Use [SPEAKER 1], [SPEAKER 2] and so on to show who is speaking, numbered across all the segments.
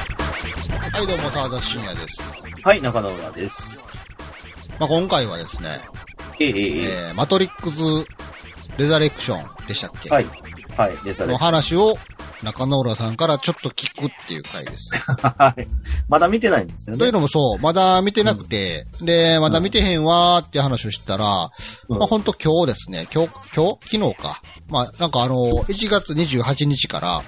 [SPEAKER 1] はい、どうも、沢田信也です。
[SPEAKER 2] はい、中野浦です。
[SPEAKER 1] まあ、今回はですね、
[SPEAKER 2] えええええ
[SPEAKER 1] えー、マトリックス・レザレクションでしたっけ
[SPEAKER 2] えはい。はい、ネタで
[SPEAKER 1] の
[SPEAKER 2] す。
[SPEAKER 1] 話を中野浦さんからちょっと聞くっていう回です。
[SPEAKER 2] はい。まだ見てないんですよ
[SPEAKER 1] とい
[SPEAKER 2] ね
[SPEAKER 1] う。のもそう、まだ見てなくて、で、まだ見てへんわーって話をしてたら、
[SPEAKER 2] うん
[SPEAKER 1] まあ、ほんと今日ですね、今日、今日昨日か。まあ、なんかあの、1月28日から、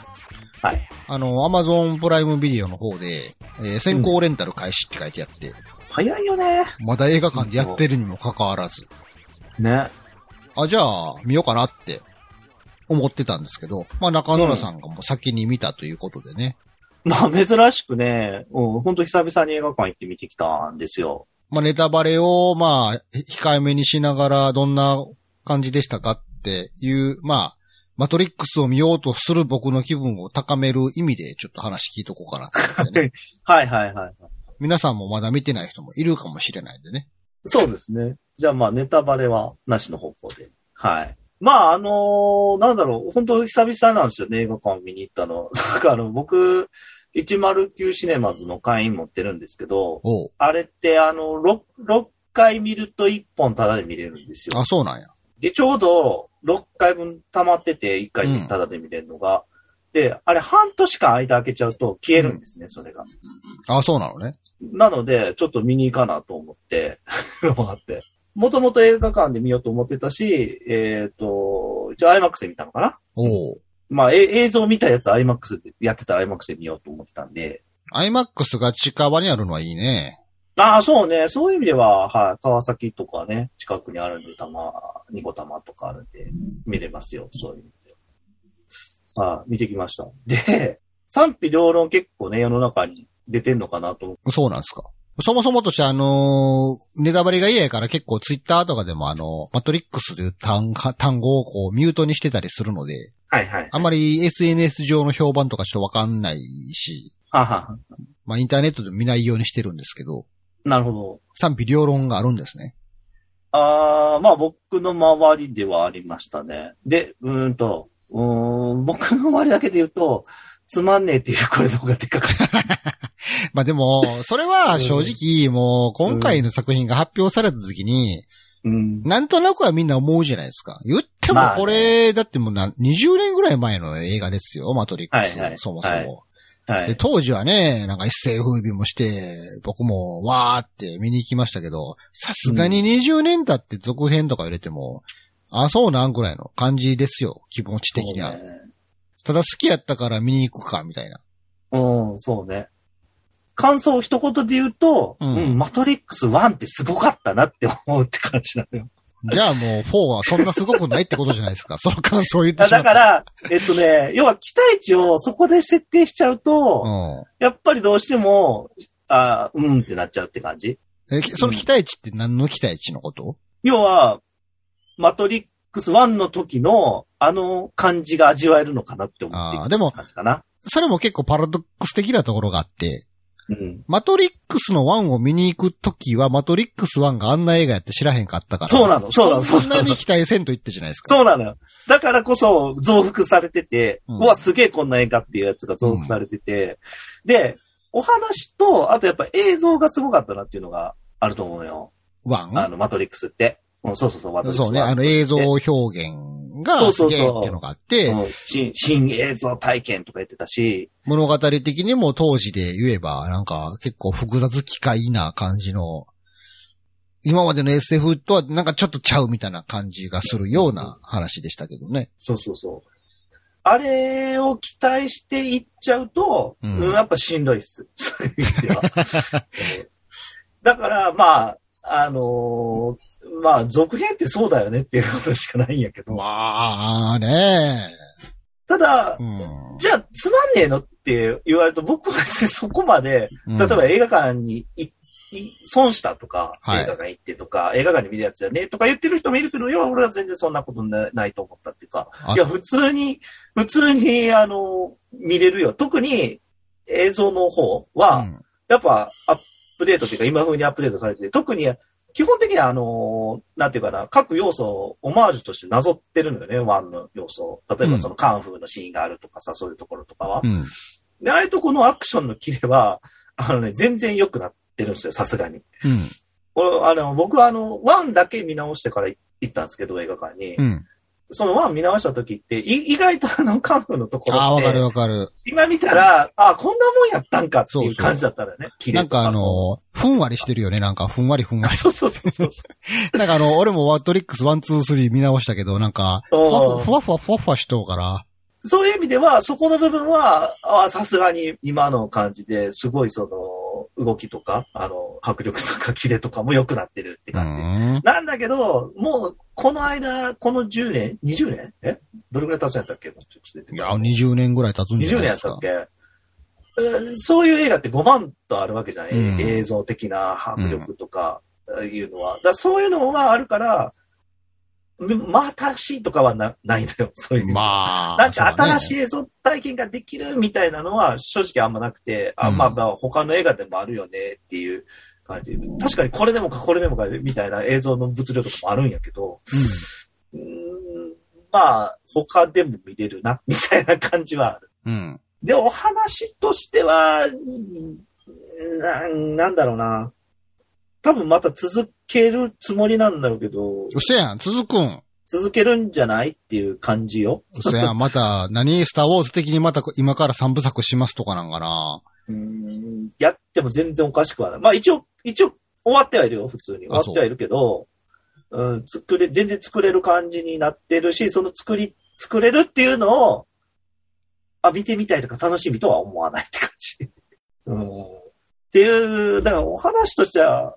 [SPEAKER 2] はい。
[SPEAKER 1] あの、アマゾンプライムビデオの方で、えー先行レンタル開始って書いてあって、
[SPEAKER 2] 早いよね。
[SPEAKER 1] まだ映画館でやってるにもかかわらず、
[SPEAKER 2] ね。
[SPEAKER 1] あ、じゃあ、見ようかなって思ってたんですけど、まあ中野さんがもう先に見たということでね。
[SPEAKER 2] まあ、珍しくね、うん、ほんと久々に映画館行って見てきたんですよ。
[SPEAKER 1] まあネタバレを、まあ、控えめにしながら、どんな感じでしたかっていう、まあ、マトリックスを見ようとする僕の気分を高める意味で、ちょっと話聞いとこうかなと思ってね。
[SPEAKER 2] はいはいはい。
[SPEAKER 1] 皆さんもまだ見てない人もいるかもしれないんでね。
[SPEAKER 2] そうですね。じゃあまあ、ネタバレはなしの方向で。はい。まあ、あのーなんだろう、本当久々なんですよね、映画館見に行ったの。 だからあの僕、109シネマズの会員持ってるんですけど、
[SPEAKER 1] おう。
[SPEAKER 2] あれって、あの、6、6回見ると1本タダで見れるんですよ
[SPEAKER 1] あ、。そうなんや。
[SPEAKER 2] で、ちょうど6回分溜まってて、1回タダで見れるのが。で、あれ半年間間開けちゃうと消えるんですね、それが。
[SPEAKER 1] あ、そうなのね。
[SPEAKER 2] なので、ちょっと見に行かなと思って、 もあって。もともと映画館で見ようと思ってたし、えっ、と、一応 IMAX で見たのかな
[SPEAKER 1] おう。
[SPEAKER 2] まあ、え映像見たやつ IMAX で、やってたら IMAX で見ようと思ってたんで。
[SPEAKER 1] IMAX が近場にあるのはいいね。
[SPEAKER 2] ああ、そうね。そういう意味では、はい。川崎とかね、近くにあるんで、たま、ニコ玉とかあるんで、見れますよ。そういう意味では。ああ、見てきました。で、賛否両論結構ね、世の中に出てんのかなと思う。
[SPEAKER 1] そうなんですか。そもそもとしてあのーネタバレが嫌やから結構ツイッターとかでもあの、マトリックスという単語単語をこうミュートにしてたりするので、
[SPEAKER 2] はいはい。
[SPEAKER 1] あんまり SNS 上の評判とかちょっとわかんないし、
[SPEAKER 2] はは。
[SPEAKER 1] まあインターネットでも見ないようにしてるんですけど、
[SPEAKER 2] なるほど。
[SPEAKER 1] 賛否両論があるんですね。
[SPEAKER 2] ああ、まあ僕の周りではありましたね。で、うーんと、うーん、僕の周りだけで言うと、つまんねえっていう声の方がでっかかった。
[SPEAKER 1] まあでも、それは正直もう今回の作品が発表された時に、
[SPEAKER 2] うん。
[SPEAKER 1] なんとなくはみんな思うじゃないですか。言ってもこれ、だってもうな20年ぐらい前の映画ですよ、マトリックス。
[SPEAKER 2] はいはい
[SPEAKER 1] そもそも。
[SPEAKER 2] はいは
[SPEAKER 1] で、
[SPEAKER 2] い。
[SPEAKER 1] 当時はね、なんか一世風靡もして、僕もわーって見に行きましたけど、さすがに20年経って続編とか入れても、あ、そうなんぐらいの感じですよ、気持ち的には。
[SPEAKER 2] そうね
[SPEAKER 1] ただ好きやったから見に行くか、みたいな。
[SPEAKER 2] うん、そうね。感想を一言で言うと、
[SPEAKER 1] う
[SPEAKER 2] うんん、マトリックス1ってすごかったなって思うって感じなのよ。
[SPEAKER 1] じゃあもう4はそんなすごくないってことじゃないです か。その感想を言って
[SPEAKER 2] だ
[SPEAKER 1] しま
[SPEAKER 2] だ
[SPEAKER 1] った。
[SPEAKER 2] から、えっとね、要は期待値をそこで設定しちゃうと、
[SPEAKER 1] うん。
[SPEAKER 2] やっぱりどうしても、あうんってなっちゃうって感じ。
[SPEAKER 1] え、その期待値って何の期待値のこと
[SPEAKER 2] 要は、マトリックス1の時の、あの感じが味わえるのかなって思って
[SPEAKER 1] あ
[SPEAKER 2] い
[SPEAKER 1] あ、でも
[SPEAKER 2] く、感じかな。
[SPEAKER 1] それも結構パラドックス的なところがあって、
[SPEAKER 2] うん。
[SPEAKER 1] マトリックスの1を見に行くときは、マトリックス1があんな映画やって知らへんかったから。
[SPEAKER 2] そうなの、そうなの、そ
[SPEAKER 1] そう
[SPEAKER 2] なんの
[SPEAKER 1] な。に期待せんと言ってじゃないですか。
[SPEAKER 2] そうなのよ。だからこそ増幅されてて、
[SPEAKER 1] う
[SPEAKER 2] うんわ、すげえこんな映画っていうやつが増幅されてて、で、お話と、あとやっぱ映像がすごかったなっていうのがあると思うのよ。
[SPEAKER 1] ワ
[SPEAKER 2] あ
[SPEAKER 1] ン
[SPEAKER 2] の、マトリックスって。うん、そうそうそう、マトリックス
[SPEAKER 1] そうね、
[SPEAKER 2] は
[SPEAKER 1] あの映像表現がす
[SPEAKER 2] そうそうそう
[SPEAKER 1] げえっていうのがあって、
[SPEAKER 2] うん新新映像体験とか言ってたし、
[SPEAKER 1] 物語的にも当時で言えば、なんか結構複雑機械な感じの、今までの SF とはなんかちょっとちゃうみたいな感じがするような話でしたけどね。
[SPEAKER 2] そうそうそう。あれを期待していっちゃうと、
[SPEAKER 1] う
[SPEAKER 2] うんんやっぱしんどいっす。そういう意味では。うんだから、まあ、あのーまあ、続編ってそうだよねっていうことしかないんやけど。
[SPEAKER 1] まあね
[SPEAKER 2] ただ、
[SPEAKER 1] え。
[SPEAKER 2] じゃあ、つまんねえのって言われると、僕は別にそこまで、
[SPEAKER 1] うん。
[SPEAKER 2] 例えば映画館に行い損したとか、
[SPEAKER 1] はい
[SPEAKER 2] 映画館行ってとか、映画館で見るやつだよねとか言ってる人もいるけど、要は俺は全然そんなことなないと思ったっていうか、
[SPEAKER 1] あ
[SPEAKER 2] いや、普通に、普通に、あの、見れるよ。特に映像の方は、
[SPEAKER 1] うん
[SPEAKER 2] やっぱアップデートっていうか、今風にアップデートされてて、特に、基本的にはあの、なんていうかな、各要素をオマージュとしてなぞってるのよね、ワンの要素を。例えばそのカンフーのシーンがあるとかさ、そういうところとかは。
[SPEAKER 1] うん。
[SPEAKER 2] で、ああいうとこのアクションのキレは、あのね、全然良くなってるんですよ、さすがに。
[SPEAKER 1] うん。
[SPEAKER 2] 俺あの僕はあの、ワンだけ見直してから行ったんですけど、映画館に。
[SPEAKER 1] うん。
[SPEAKER 2] そのワン見直した時って、い意外とあの、カンフーのところ
[SPEAKER 1] ああ、
[SPEAKER 2] っ
[SPEAKER 1] わ
[SPEAKER 2] て、
[SPEAKER 1] かるわかる。
[SPEAKER 2] 今見たら、あこんなもんやったんかっていう感じだったんだよね。キレ
[SPEAKER 1] なん
[SPEAKER 2] と
[SPEAKER 1] かあ
[SPEAKER 2] そ
[SPEAKER 1] の、ふんわりしてるよね。なんか、ふんわりふんわ
[SPEAKER 2] う
[SPEAKER 1] り。
[SPEAKER 2] そうそうそうそう。
[SPEAKER 1] なんかあの、俺もワトリックス1、2、3見直したけど、なんか、ふわ
[SPEAKER 2] うん
[SPEAKER 1] ふわふわふわふわしとうから。
[SPEAKER 2] そういう意味では、そこの部分は、あさすがに今の感じですごいその、動きとか、あの、迫力とかキレとかも良くなってるって
[SPEAKER 1] う
[SPEAKER 2] 感じ。
[SPEAKER 1] ん。
[SPEAKER 2] なんだけど、もう、この間、この10年、20年えどれくらい経つんやったっけもうちょっと出てこ
[SPEAKER 1] い
[SPEAKER 2] な
[SPEAKER 1] や、20年ぐらい経つんじ
[SPEAKER 2] 20
[SPEAKER 1] ゃ
[SPEAKER 2] 年
[SPEAKER 1] ない
[SPEAKER 2] や
[SPEAKER 1] で
[SPEAKER 2] っ
[SPEAKER 1] す
[SPEAKER 2] たっ
[SPEAKER 1] か。
[SPEAKER 2] けうんそういう映画って5万とあるわけじゃない、
[SPEAKER 1] うん
[SPEAKER 2] 映像的な迫力とかいうのは。だからそういうのがあるから、またしとかはなないのよ、 そういう意味では
[SPEAKER 1] まあ。
[SPEAKER 2] なんか新し
[SPEAKER 1] い。
[SPEAKER 2] い映像体験ができるみたいなのは正直あんまなくて、あ、
[SPEAKER 1] うん
[SPEAKER 2] まあまあ他の映画でもあるよねっていう感じ。確かにこれでもかこれでもかみたいな映像の物量とかもあるんやけど、うーん、まあ他でも見れるなみたいな感じはある。
[SPEAKER 1] うん。うん。
[SPEAKER 2] で、お話としては、うんななんだろうな。多分また続けるつもりなんだろうけど、
[SPEAKER 1] 嘘やん、続くん。
[SPEAKER 2] 続けるんじゃないっていう感じよ。
[SPEAKER 1] 嘘やん、また、何、スターウォーズ的にまた今から3部作しますとかなんかな。
[SPEAKER 2] うーんやっても全然おかしくはない。まあ一応、一応終わってはいるよ、普通に。終わ
[SPEAKER 1] あ
[SPEAKER 2] ってはいるけど、うん、作れ、全然作れる感じになってるし、その作り、作れるっていうのを、あ、見てみたいとか楽しみとは思わないって感じ。うん。っていう、だからお話としては、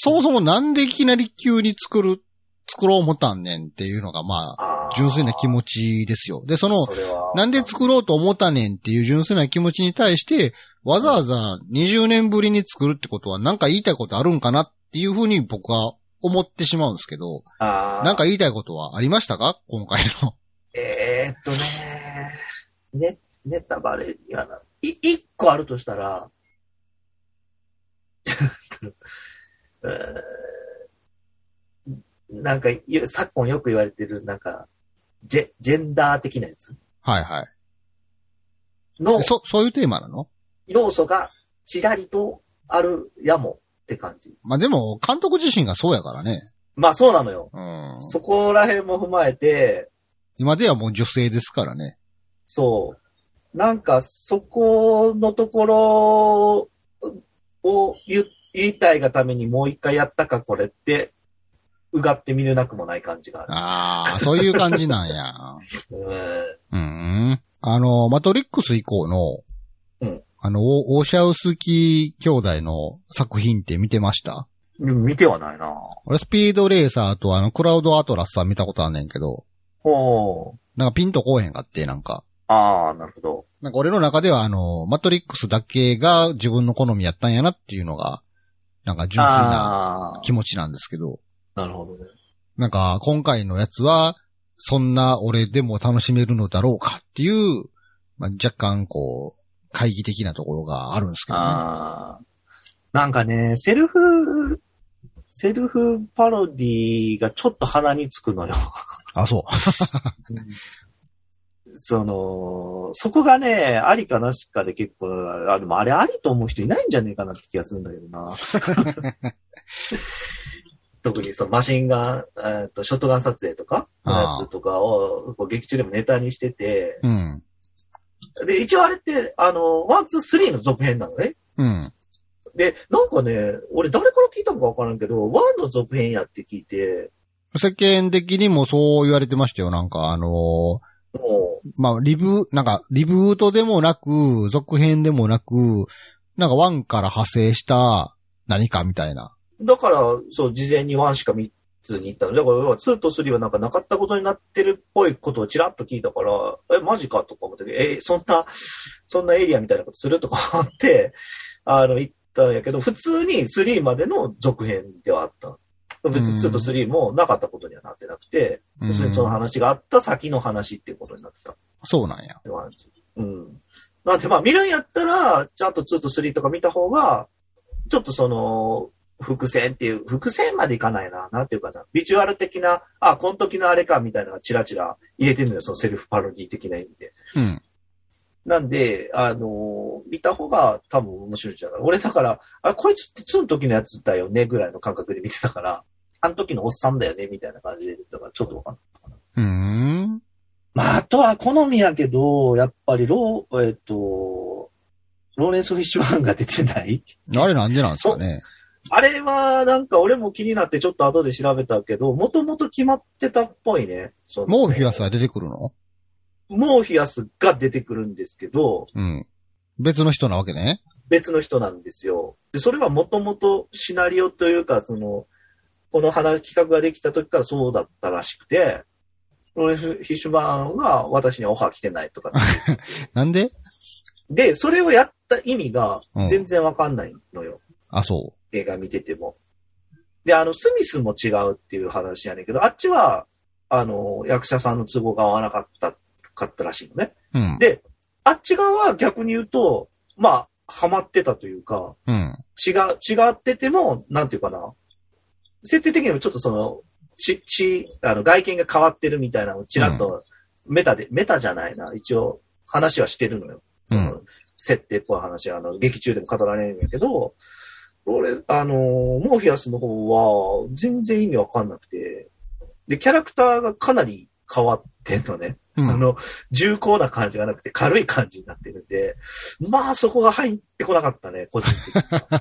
[SPEAKER 1] そもそもなんでいきなり急に作る、作ろう思ったんねんっていうのが、まあ、
[SPEAKER 2] あー
[SPEAKER 1] 純粋な気持ちですよ。で、その、
[SPEAKER 2] それは
[SPEAKER 1] なんで作ろうと思ったねんっていう純粋な気持ちに対して、わざわざ20年ぶりに作るってことはなんか言いたいことあるんかなっていうふうに僕は思ってしまうんですけど、
[SPEAKER 2] あー
[SPEAKER 1] なんか言いたいことはありましたか今回の。
[SPEAKER 2] えー、っとね、ね、ネタバレにはな、い、一個あるとしたら、 うーんなんか、よ昨今よく言われてる、なんか、ジェ、ジェンダー的なやつ
[SPEAKER 1] はいはい。
[SPEAKER 2] の
[SPEAKER 1] えそ、そういうテーマなの
[SPEAKER 2] 要素がちらりとあるやもって感じ。
[SPEAKER 1] まあでも、監督自身がそうやからね。
[SPEAKER 2] まあそうなのよ。
[SPEAKER 1] うん。
[SPEAKER 2] そこら辺も踏まえて、
[SPEAKER 1] 今ではもう女性ですからね。
[SPEAKER 2] そう。なんか、そこのところを言言いたいがためにもう一回やったか、これって、うがってみれなくもない感じがある。
[SPEAKER 1] ああ、そういう感じなんや。
[SPEAKER 2] う
[SPEAKER 1] う
[SPEAKER 2] ん
[SPEAKER 1] ん。あの、マトリックス以降の、
[SPEAKER 2] うん
[SPEAKER 1] あの、オオーシャウスキー兄弟の作品って見てました
[SPEAKER 2] うん。見てはないな
[SPEAKER 1] 俺、スピードレーサーとあの、クラウドアトラスさん見たことあんねんけど、
[SPEAKER 2] ほう。
[SPEAKER 1] なんかピンとこうへんかって、なんか。
[SPEAKER 2] ああ、なるほど。
[SPEAKER 1] なんか俺の中ではあの、マトリックスだけが自分の好みやったんやなっていうのが、なんか純粋な
[SPEAKER 2] ああ
[SPEAKER 1] 気持ちなんですけど、
[SPEAKER 2] ー、なるほどね。
[SPEAKER 1] なんか今回のやつは、そんな俺でも楽しめるのだろうかっていう、まあ、若干こう、会議的なところがあるんですけどね。
[SPEAKER 2] ああ。なんかね、セルフ、セルフパロディがちょっと鼻につくのよ。
[SPEAKER 1] あ、そう。
[SPEAKER 2] その、そこがね、ありかなしかで結構、あ、でもあれありと思う人いないんじゃねえかなって気がするんだけどな。特にそのマシンガン、えーと、ショットガン撮影とか、のや
[SPEAKER 1] あー
[SPEAKER 2] つとかをこう劇中でもネタにしてて、
[SPEAKER 1] うん。
[SPEAKER 2] で、一応あれって、あの、ワン、ツー、スリーの続編なのね。
[SPEAKER 1] うん。
[SPEAKER 2] で、なんかね、俺誰から聞いたのかわからんけど、ワンの続編やって聞いて、
[SPEAKER 1] 世間的にもそう言われてましたよ。なんかあのー
[SPEAKER 2] もう、
[SPEAKER 1] まあ、リブ、なんか、リブートでもなく、続編でもなく、なんか、ワンから派生した何かみたいな。
[SPEAKER 2] だから、そう、事前に1しか見ずに行ったの。だから、要は2と3はなんかなかったことになってるっぽいことをちらっと聞いたから、え、マジかとか思って、え、そんな、そんなエリアみたいなことするとか思って、 あの、行ったんやけど、普通に3までの続編ではあった。別に2と3もなかったことにはなってなくて、
[SPEAKER 1] うん
[SPEAKER 2] 普通にその話があった先の話っていうことになってた。
[SPEAKER 1] そうなんや。
[SPEAKER 2] って感じ。うん。なんで、まあ、見るんやったら、ちゃんと2と3とか見た方が、ちょっとその、伏線っていう、伏線までいかないな、なんていうかな。ビジュアル的な、あ、この時のあれか、みたいなのがチラチラ入れてるのよ、そのセルフパロディ的な意味で。
[SPEAKER 1] うん。
[SPEAKER 2] なんで、あのー見た方が多分面白いんじゃない俺だから、あれ、こいつって2の時のやつだよねぐらいの感覚で見てたから、あの時のおっさんだよねみたいな感じで見てたから、ちょっとわかんない。
[SPEAKER 1] うーん。
[SPEAKER 2] まあ、あとは好みやけど、やっぱりロー、えっと、ローレンス・フィッシュマンが出てない
[SPEAKER 1] あれなんでなんですかね。
[SPEAKER 2] あれは、なんか俺も気になってちょっと後で調べたけど、もともと決まってたっぽいね。その
[SPEAKER 1] モーフィアスは出てくるの
[SPEAKER 2] モーフィアスが出てくるんですけど、
[SPEAKER 1] うん。別の人なわけね。
[SPEAKER 2] 別の人なんですよ。で、それはもともとシナリオというか、その、この話企画ができた時からそうだったらしくて、ローレンス・フィッシュマンが私にはオファー来てないとかって
[SPEAKER 1] なんで
[SPEAKER 2] で、それをやった意味が
[SPEAKER 1] うん
[SPEAKER 2] 全然わかんないのよ。
[SPEAKER 1] あ、そ
[SPEAKER 2] 映画見てても。で、あの、スミスも違うっていう話やねんけど、あっちは、あの、役者さんの都合が合わなかった、かったらしいのね。
[SPEAKER 1] う。うん。
[SPEAKER 2] で、あっち側は逆に言うと、まあ、ハマってたというか、
[SPEAKER 1] うん。
[SPEAKER 2] 違う、違ってても、なんていうかな、設定的にもちょっとその、ち、ち、あの、外見が変わってるみたいなのをちらっと、メタで、メタじゃないな、一応、話はしてるのよ。その、
[SPEAKER 1] う
[SPEAKER 2] 設定っぽい話は、あの、劇中でも語られるんやけど、俺、あの、モーフィアスの方は、全然意味わかんなくて、で、キャラクターがかなり変わってんのね。
[SPEAKER 1] うん
[SPEAKER 2] あの、重厚な感じがなくて軽い感じになってるんで、まあそこが入ってこなかったね、個人 的に。
[SPEAKER 1] い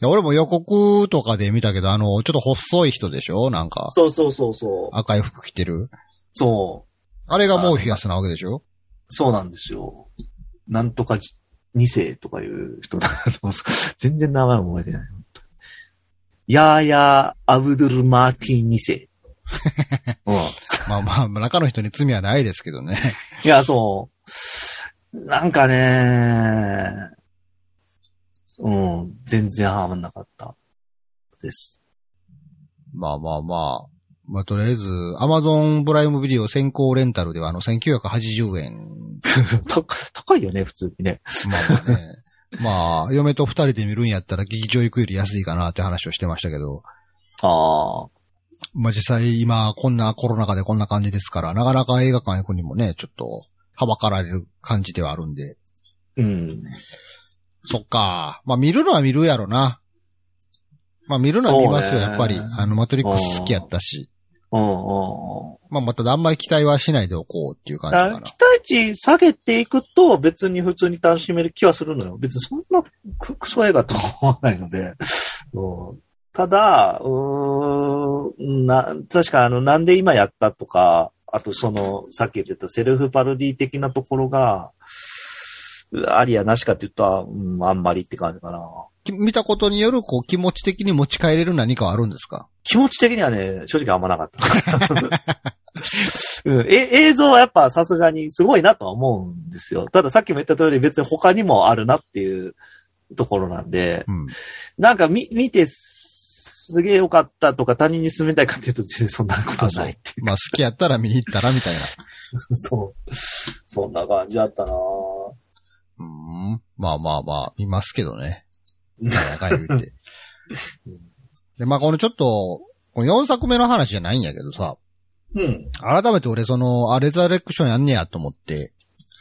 [SPEAKER 1] や、俺も予告とかで見たけど、あの、ちょっと細い人でしょなんか、
[SPEAKER 2] そうそうそうそう。
[SPEAKER 1] 赤い服着てる。
[SPEAKER 2] そう。
[SPEAKER 1] あれがモーフィアスなわけでしょ
[SPEAKER 2] そうなんですよ。なんとかじ二世とかいう人なの。全然名前も覚えてない。本当にヤーヤー・アブドゥル・マーティン二世。うん。
[SPEAKER 1] まあまあ、中の人に罪はないですけどね。
[SPEAKER 2] いや、そう。なんかね、うん、全然ハマんなかった。です。
[SPEAKER 1] まあまあまあ。まあとりあえず、アマゾンプライムビデオ先行レンタルではあの1980円。
[SPEAKER 2] 高高いよね、普通にね。
[SPEAKER 1] まあまあ ね。まあ、嫁と二人で見るんやったら劇場行くより安いかなって話をしてましたけど。
[SPEAKER 2] ああ。
[SPEAKER 1] まあ実際今こんなコロナ禍でこんな感じですから、なかなか映画館行くにもね、ちょっと、はばかられる感じではあるんで。
[SPEAKER 2] うん。
[SPEAKER 1] そっか。まあ見るのは見るやろな。まあ見るのは見ますよ、
[SPEAKER 2] そうね
[SPEAKER 1] やっぱり。あの、マトリックス好きやったし。
[SPEAKER 2] うんうんうん。
[SPEAKER 1] まあまたあんまり期待はしないでおこうっていう感じ
[SPEAKER 2] だ
[SPEAKER 1] か
[SPEAKER 2] から
[SPEAKER 1] な
[SPEAKER 2] 期。待値下げていくと別に普通に楽しめる気はするのよ。別にそんなククソ映画とは思わないので。うん、ただ、うーんな、確かあの、なんで今やったとか、あとその、さっき言ってたセルフパロディ的なところが、ありやなしかって言ったら、うん、あんまりって感じかな。
[SPEAKER 1] き見たことによる、こう、気持ち的に持ち帰れる何かはあるんですか
[SPEAKER 2] 気持ち的にはね、正直あんまなかった。 うん、え映像はやっぱさすがにすごいなとは思うんですよ。たださっきも言った通り別に他にもあるなっていうところなんで、
[SPEAKER 1] うん。
[SPEAKER 2] なんか見見てすげえ良かったとか他人に勧めたいかっていうと全然そんなことはないっていう
[SPEAKER 1] まあ、好きやったら見に行ったら、みたいな。
[SPEAKER 2] そう。そんな感じだったな
[SPEAKER 1] うーん。まあまあまあ、見ますけどね。なんか言う て
[SPEAKER 2] うん。
[SPEAKER 1] で、まあ、このちょっと、この4作目の話じゃないんやけどさ、
[SPEAKER 2] うん。
[SPEAKER 1] 改めて俺その、あ、レザーレクションやんねやと思って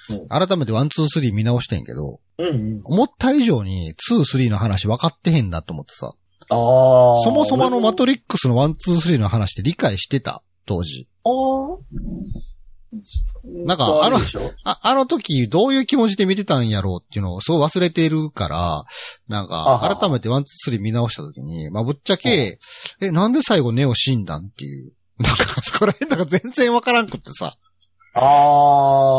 [SPEAKER 2] うん、
[SPEAKER 1] 改めて1、2、3見直してんけど、
[SPEAKER 2] うん、うん。
[SPEAKER 1] 思った以上に2、3の話分かってへんなと思ってさ、
[SPEAKER 2] ああ。
[SPEAKER 1] そもそもあのマト
[SPEAKER 2] リ
[SPEAKER 1] リックスの1、2、3の話って理解してた、当時。
[SPEAKER 2] あー
[SPEAKER 1] なんかあの
[SPEAKER 2] れでしょ
[SPEAKER 1] あ、あの時どういう気持ちで見てたんやろうっていうのをすごい忘れてるから、なん
[SPEAKER 2] はは
[SPEAKER 1] か、改めてワン、ツー、スリー見直した時に、まあ、ぶっちゃけ、え、なんで最後ネオ死んだんっていう。 なんか、そこら辺とか全然わからんくってさ。
[SPEAKER 2] あ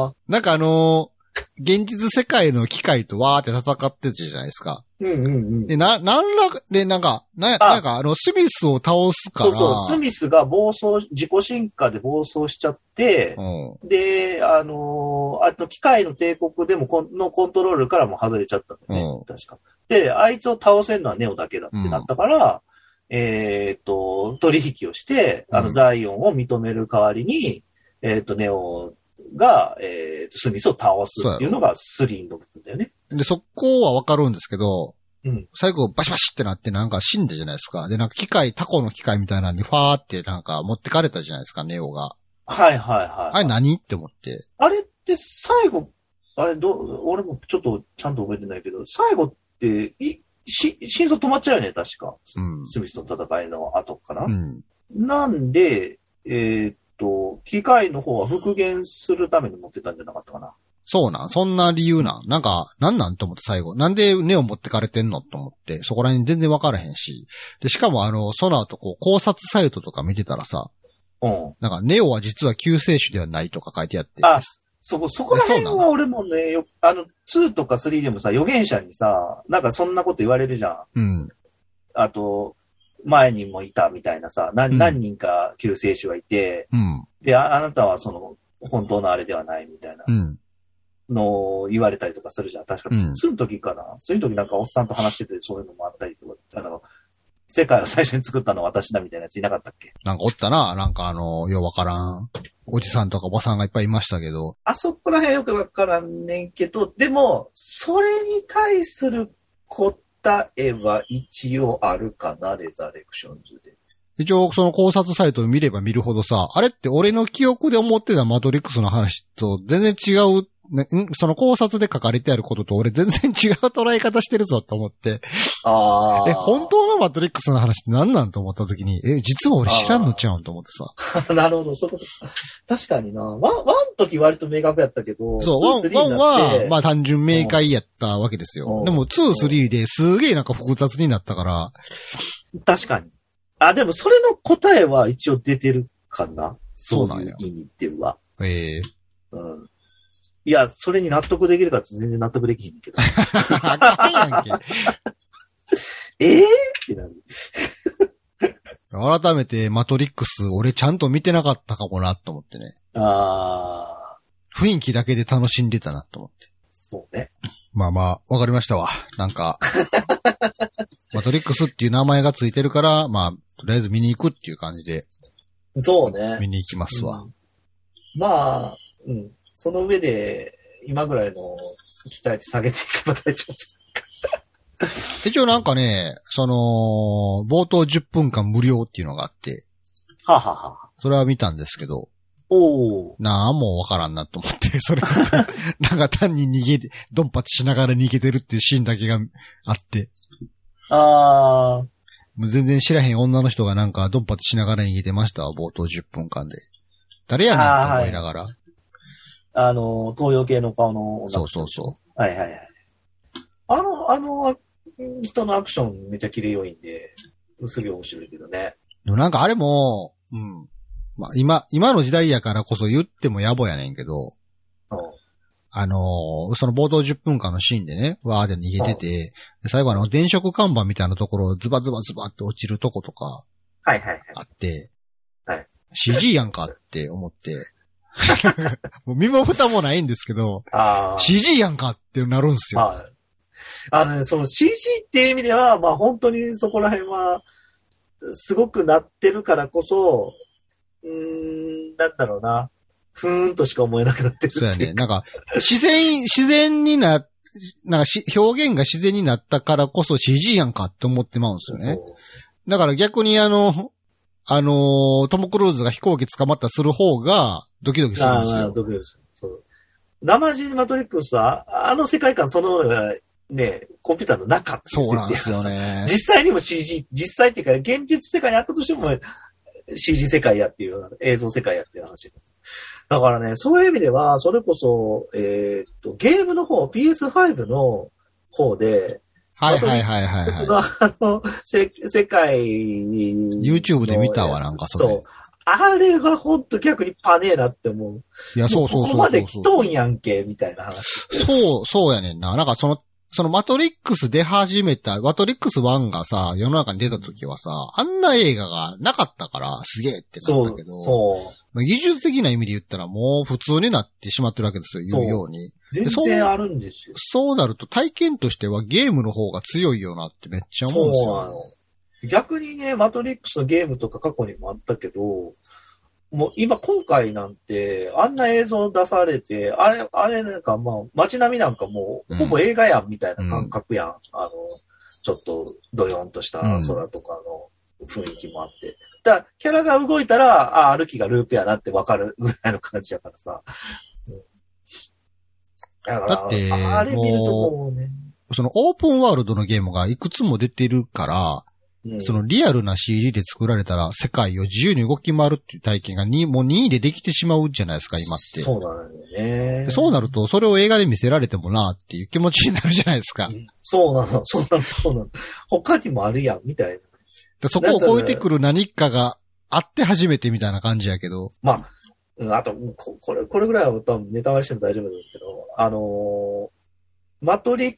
[SPEAKER 2] あ。
[SPEAKER 1] なんかあのー現実世界の機械とわーって戦ってたじゃないですか。
[SPEAKER 2] うんうんうん。
[SPEAKER 1] で、な、なんら、で、なんか、な、
[SPEAKER 2] あ
[SPEAKER 1] なんかあの、スミスを倒すから、
[SPEAKER 2] そうそう、スミスが暴走、自己進化で暴走しちゃって、
[SPEAKER 1] う
[SPEAKER 2] で、あのーあと機械の帝国でもこんのコントロールからも外れちゃったんだよね、確か。で、あいつを倒せるのはネオだけだってなったから、えーっと、取引をして、あ
[SPEAKER 1] う
[SPEAKER 2] の、
[SPEAKER 1] ん
[SPEAKER 2] ザイオンを認める代わりに、えーっと、ネオが、えーっと、スミスを倒すっていうのがスリーの部分だよね。
[SPEAKER 1] ん。で、そこはわかるんですけど、
[SPEAKER 2] うん
[SPEAKER 1] 最後バシバシってなってなんか死んだじゃないですか。で、なんか機械、タコの機械みたいなのにファーってなんか持ってかれたじゃないですか、ネオが。
[SPEAKER 2] はいはいは
[SPEAKER 1] あ
[SPEAKER 2] い。
[SPEAKER 1] れ何って思って。
[SPEAKER 2] あれって最後、あれ、どう、俺もちょっとちゃんと覚えてないけど、最後って、い、し、心臓止まっちゃうよね、確か。
[SPEAKER 1] うん。
[SPEAKER 2] スミスの戦いの後かな。
[SPEAKER 1] うん。
[SPEAKER 2] なんで、えーっと、機械の方は復元するために持ってたんじゃなかったかな。
[SPEAKER 1] そうなん。そんな理由なん。なんか、なんなんと思って最後。なんでネオ持ってかれてんのと思って、そこら辺全然わからへんし。で、しかもあの、その後こう考察サイトとか見てたらさ、
[SPEAKER 2] うん。
[SPEAKER 1] なんかネオは実は救世主ではないとか書いてあって。
[SPEAKER 2] あそこ、そこら辺
[SPEAKER 1] えそうな
[SPEAKER 2] は俺もね、よあの、2とか3でもさ、予言者にさ、なんかそんなこと言われるじゃん。
[SPEAKER 1] うん。
[SPEAKER 2] あと、前にもいたみたいなさ、な
[SPEAKER 1] うん
[SPEAKER 2] 何人か救世主がいて、
[SPEAKER 1] うん。
[SPEAKER 2] であ、あなたはその、本当のあれではないみたいな
[SPEAKER 1] うん。
[SPEAKER 2] のを言われたりとかするじゃん。確か、
[SPEAKER 1] うん
[SPEAKER 2] その時かな。そういう時なんかおっさんと話してて、そういうのもあったりとか、あの、世界を最初に作ったのは私だみたいなやついなかったっけ
[SPEAKER 1] なんかおったな。なんかあの、ようわからん。おじさんとかおばさんがいっぱいいましたけど。
[SPEAKER 2] あそこら辺よくわからんねんけど、でも、それに対する答えは一応あるかな、レザレクションズで。
[SPEAKER 1] 一応その考察サイトを見れば見るほどさ、あれって俺の記憶で思ってたマトリックスの話と全然違う、ね、んその考察で書かれてあることと俺全然違う捉え方してるぞと思って、
[SPEAKER 2] ああ。
[SPEAKER 1] え、本当のマトリックスの話って何なんと思った時に、え、実は俺知らんのちゃうんと思ってさ。
[SPEAKER 2] なるほど、そういうこと。確かにな。ワン、ワン時割と明確やったけど、
[SPEAKER 1] そう、
[SPEAKER 2] ツー
[SPEAKER 1] 1、1は、ま
[SPEAKER 2] あ、
[SPEAKER 1] あ単純明快やったわけですよ
[SPEAKER 2] う。ん
[SPEAKER 1] でも2、3ですげえなんか複雑になったから、
[SPEAKER 2] 確かに。あ、でもそれの答えは一応出てるかな。
[SPEAKER 1] そう
[SPEAKER 2] そ
[SPEAKER 1] な
[SPEAKER 2] うんい
[SPEAKER 1] や
[SPEAKER 2] う意味では。
[SPEAKER 1] ええ
[SPEAKER 2] うん。いや、それに納得できるかって全然納得できへん けど。
[SPEAKER 1] あかんやんけ。
[SPEAKER 2] ええってなる。
[SPEAKER 1] 改めてマトリックス俺ちゃんと見てなかったかもなと思ってね。
[SPEAKER 2] ああ、
[SPEAKER 1] 雰囲気だけで楽しんでたなと思って。
[SPEAKER 2] そうね。
[SPEAKER 1] まあまあ、わかりましたわ。なん か、マトリックスっていう名前がついてるから、まあ、とりあえず見に行くっていう感じで
[SPEAKER 2] そうね。
[SPEAKER 1] 見に行きますわ。
[SPEAKER 2] うんまあ、うん。その上で、今ぐらいの期待値下げていけば大丈夫です。
[SPEAKER 1] 一応なんかね、その、冒頭10分間無料っていうのがあって、
[SPEAKER 2] はあはあはあ。
[SPEAKER 1] それは見たんですけど、
[SPEAKER 2] おお。
[SPEAKER 1] なあ、もうわからんなと思って、 それ、なんか単に逃げて、ドンパチしながら逃げてるっていうシーンだけがあって、
[SPEAKER 2] ああ、
[SPEAKER 1] もう全然知らへん女の人がなんかドンパチしながら逃げてましたわ、冒頭10分間で。誰やねんと思いながら。
[SPEAKER 2] あの、東洋系の顔の女。
[SPEAKER 1] そうそうそう。
[SPEAKER 2] はいはいはい。あの、あの、人のアクションめちゃ綺麗良いんで、すげえ面白いけどね。
[SPEAKER 1] でもなんかあれも、うん。まあ今、今の時代やからこそ言っても野暮やねんけど、
[SPEAKER 2] うん。
[SPEAKER 1] あのーその冒頭10分間のシーンでね、わーで逃げてて、で最後あの、電飾看板みたいなところをズバズバズバって落ちるとことか
[SPEAKER 2] はいはいはい。
[SPEAKER 1] あって、
[SPEAKER 2] はい。
[SPEAKER 1] CG やんかって思って、 もう身も蓋もないんですけど、
[SPEAKER 2] ああ。
[SPEAKER 1] CG やんかってなるんすよ。
[SPEAKER 2] まあ、あのね、その CG っていう意味では、まあ本当にそこら辺は、すごくなってるからこそ、うーん、なんだろうな。ふーんとしか思えなくなってるって
[SPEAKER 1] そう
[SPEAKER 2] いう
[SPEAKER 1] やね。なんか、自然、自然にな、なんかし、表現が自然になったからこそ CG やんかって思ってまうんですよね。
[SPEAKER 2] そう
[SPEAKER 1] だから逆にあの、あのートム・クルーズが飛行機捕まったりする方が、ドキドキするん
[SPEAKER 2] あ
[SPEAKER 1] です
[SPEAKER 2] あ、
[SPEAKER 1] よ。
[SPEAKER 2] 独立です。そう。生地マトリックスは、あの世界観そのものがね、コンピューターの中ってい
[SPEAKER 1] そうなんですよ
[SPEAKER 2] 設定
[SPEAKER 1] ね
[SPEAKER 2] なんです。実際にも CG、実際っていうか、現実世界にあったとしても CG 世界やっていうような、映像世界やっていう話。だからね、そういう意味では、それこそ、えーっと、ゲームの方、PS5 の方で、
[SPEAKER 1] はいはいはいはい、
[SPEAKER 2] そ
[SPEAKER 1] は
[SPEAKER 2] の、あの、せ世界に
[SPEAKER 1] い。YouTube で見たわ、なんかそれ。
[SPEAKER 2] そう。あれはほんと逆にパネーなって思う。
[SPEAKER 1] いや、そうそうそ
[SPEAKER 2] こ
[SPEAKER 1] う
[SPEAKER 2] こ
[SPEAKER 1] そう
[SPEAKER 2] まで来とんやんけ、みたいな話。
[SPEAKER 1] そう、そうやねんな。なんかその、そのマトリックス出始めた、マトリックス1がさ、世の中に出た時はさ、あんな映画がなかったから、すげえってな
[SPEAKER 2] そ
[SPEAKER 1] った
[SPEAKER 2] う
[SPEAKER 1] け、ど、
[SPEAKER 2] そ
[SPEAKER 1] まあ、技術的な意味で言ったらもう普通になってしまってるわけですよ、
[SPEAKER 2] そう
[SPEAKER 1] 言うように。
[SPEAKER 2] う。全然あるんですよ。
[SPEAKER 1] そうなると体験としてはゲームの方が強いよなってめっちゃ思うんです
[SPEAKER 2] そうなの
[SPEAKER 1] よ。。
[SPEAKER 2] 逆にね、マトリックスのゲームとか過去にもあったけど、もう今今回なんて、あんな映像出されて、あれ、あれなんかまあ、街並みなんかもう、ほぼ映画やんみたいな感覚やん。あの、ちょっと、ドヨンとした空とかの雰囲気もあって。だから、キャラが動いたら、 あ、歩きがループやなってわかるぐらいの感じやからさ。うんだから
[SPEAKER 1] だって
[SPEAKER 2] あれ見るともうね、
[SPEAKER 1] そのオープンワールドのゲームがいくつも出てるから、
[SPEAKER 2] うん
[SPEAKER 1] そのリアルな CG で作られたら世界を自由に動き回るっていう体験がにもう任意でできてしまうじゃないですか、今って。
[SPEAKER 2] そうなんだよね。
[SPEAKER 1] そうなると、それを映画で見せられてもなっていう気持ちになるじゃないですか。
[SPEAKER 2] そうなの、そうなの、そうなの。他にもあるやん、みたいな。
[SPEAKER 1] でそこを超えてくる何かがあって初めてみたいな感じやけど。
[SPEAKER 2] まあ、うん、あと、ここれ、これぐらいは多分ネタバレしても大丈夫なんですけど、あのーマトリッ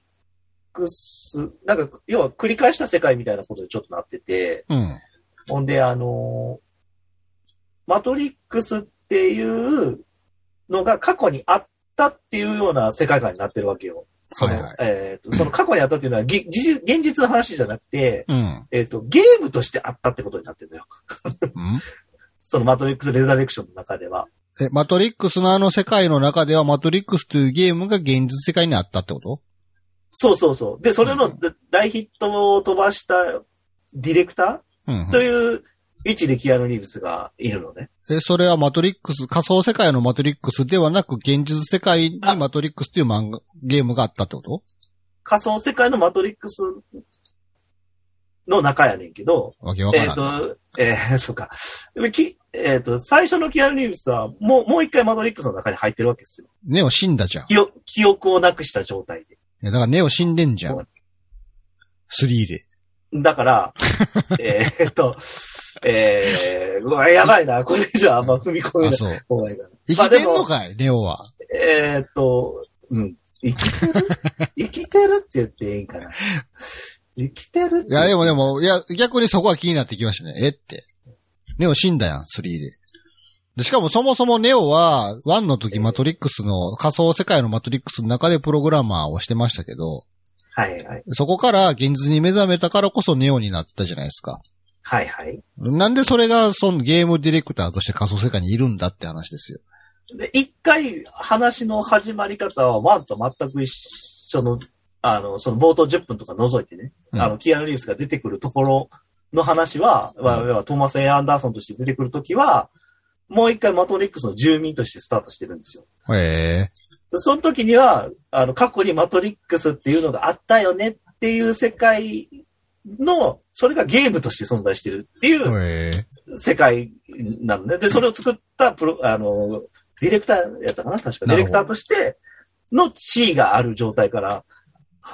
[SPEAKER 2] クス、なんか、要は繰り返した世界みたいなことでちょっとなってて、
[SPEAKER 1] うん。
[SPEAKER 2] ほんで、あのーマトリックスっていうのが過去にあったっていうような世界観になってるわけよ。その、
[SPEAKER 1] はいはい
[SPEAKER 2] えーとその過去にあったっていうのは、ぎ実現実の話じゃなくて、
[SPEAKER 1] うん。
[SPEAKER 2] えっ、と、ゲームとしてあったってことになってるのよ。
[SPEAKER 1] うん
[SPEAKER 2] そのマトリックス・レザレクションの中では。
[SPEAKER 1] え、マトリックスのあの世界の中では、マトリックスというゲームが現実世界にあったってこと
[SPEAKER 2] そうそうそう。で、それのだ大ヒットを飛ばしたディレクタ
[SPEAKER 1] うん
[SPEAKER 2] ー。という位置でキアヌ・リーブスがいるのね。
[SPEAKER 1] え、それはマトリックス、仮想世界のマトリックスではなく、現実世界に
[SPEAKER 2] あ
[SPEAKER 1] マトリックスという漫画、ゲームがあったってこと
[SPEAKER 2] 仮想世界のマトリックスの中やねんけど、
[SPEAKER 1] わけわか
[SPEAKER 2] えっ、
[SPEAKER 1] らん。
[SPEAKER 2] と、えー、そうか。きえっ、と、最初のキアヌ・リーブスはもう、もう一回マトリックスの中に入ってるわけですよ。
[SPEAKER 1] ネオ死んだじゃん。い
[SPEAKER 2] 記憶記憶をなくした状態で。
[SPEAKER 1] や、だからネオ死んでんじゃん
[SPEAKER 2] そう。
[SPEAKER 1] 3で。
[SPEAKER 2] だから、えーっと、えー、うわやばいな、これ以上あんま踏み込め
[SPEAKER 1] あ、
[SPEAKER 2] ない
[SPEAKER 1] そう。
[SPEAKER 2] 方がいいかな。
[SPEAKER 1] 生
[SPEAKER 2] まあ
[SPEAKER 1] き
[SPEAKER 2] で
[SPEAKER 1] てんの
[SPEAKER 2] も、
[SPEAKER 1] かい、ネオは。
[SPEAKER 2] えーっと、うん、生きて る生きてるって言っていいんかな。生きてるって。
[SPEAKER 1] いや、でもでも、いや、逆にそこは気になってきましたね。えって。ネオ死んだやん、3で。でしかもそもそもネオは、1の時マトリックスの、仮想世界のマトリックスの中でプログラマーをしてましたけど、
[SPEAKER 2] はいはい。
[SPEAKER 1] そこから現実に目覚めたからこそネオになったじゃないですか。
[SPEAKER 2] はいはい。
[SPEAKER 1] なんでそれが、そのゲームディレクターとして仮想世界にいるんだって話ですよ。
[SPEAKER 2] で、一回話の始まり方はワンと全く一緒の、あの、その冒頭10分とか除いてね、
[SPEAKER 1] うん
[SPEAKER 2] あの、キアヌ・リーブスが出てくるところの話は、まあ要はトーマス・エアンダーソンとして出てくるときは、もう一回マトリックスの住民としてスタートしてるんですよ。
[SPEAKER 1] へえ。
[SPEAKER 2] その時には、あの、過去にマトリックスっていうのがあったよねっていう世界の、それがゲームとして存在してるっていう
[SPEAKER 1] へえ。
[SPEAKER 2] 世界なのね。で、それを作ったプロ、あの、ディレクターやったかな確か。デ
[SPEAKER 1] な
[SPEAKER 2] ィ
[SPEAKER 1] る
[SPEAKER 2] レ
[SPEAKER 1] ほ
[SPEAKER 2] ク
[SPEAKER 1] ど
[SPEAKER 2] ターとしての地位がある状態から、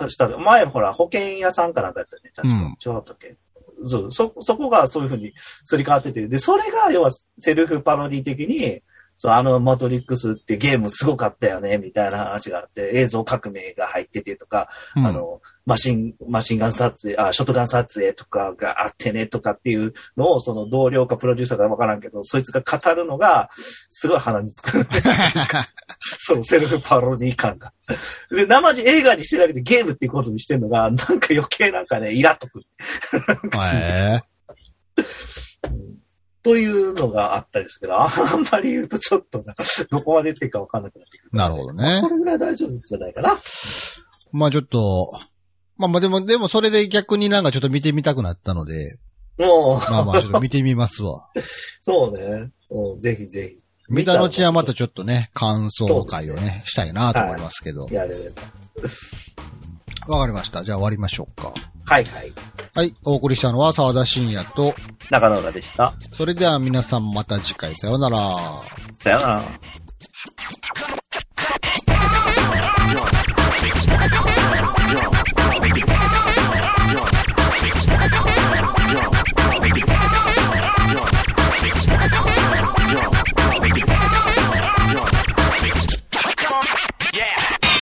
[SPEAKER 2] した前ほら、保険屋さんかなんかやったよね。確か。
[SPEAKER 1] うん
[SPEAKER 2] 違ったっけそう、そ、そこがそういうふうにすり替わってて、で、それが要はセルフパロディ的に、そう、あの、マトリックスってゲームすごかったよね、みたいな話があって、映像革命が入っててとか、
[SPEAKER 1] うん
[SPEAKER 2] あの、マシン、マシンガン撮影、あ、ショットガン撮影とかがあってね、とかっていうのを、その同僚かプロデューサーかわからんけど、そいつが語るのが、すごい鼻に つく。そのセルフパロディ感が。で、生地映画にしてるだけでゲームっていうことにしてるのが、なんか余計なんかね、イラっとくる。なんかしんど
[SPEAKER 1] へ
[SPEAKER 2] い
[SPEAKER 1] え。
[SPEAKER 2] というのがあったりするけど、ああんまり言うとちょっとな、どこまで言ってるかわかんなくなってくる。
[SPEAKER 1] なるほどね
[SPEAKER 2] こ。れぐらい大丈夫じゃないかな。
[SPEAKER 1] まあちょっと、まあまあでも、でもそれで逆になんかちょっと見てみたくなったので、
[SPEAKER 2] もう、
[SPEAKER 1] まあまあちょっと見てみますわ。
[SPEAKER 2] そうね。うん、ぜひぜ
[SPEAKER 1] 見た後はまたちょっとね、感想会をね、したいなと思いますけど
[SPEAKER 2] ひ、。やれれば。
[SPEAKER 1] わかりました。じゃあ終わりましょうか。
[SPEAKER 2] はいはい。
[SPEAKER 1] はい。お送りしたのは沢田信也と、
[SPEAKER 2] 中野浦でした。
[SPEAKER 1] それでは皆さんまた次回さようなら。
[SPEAKER 2] さよなら。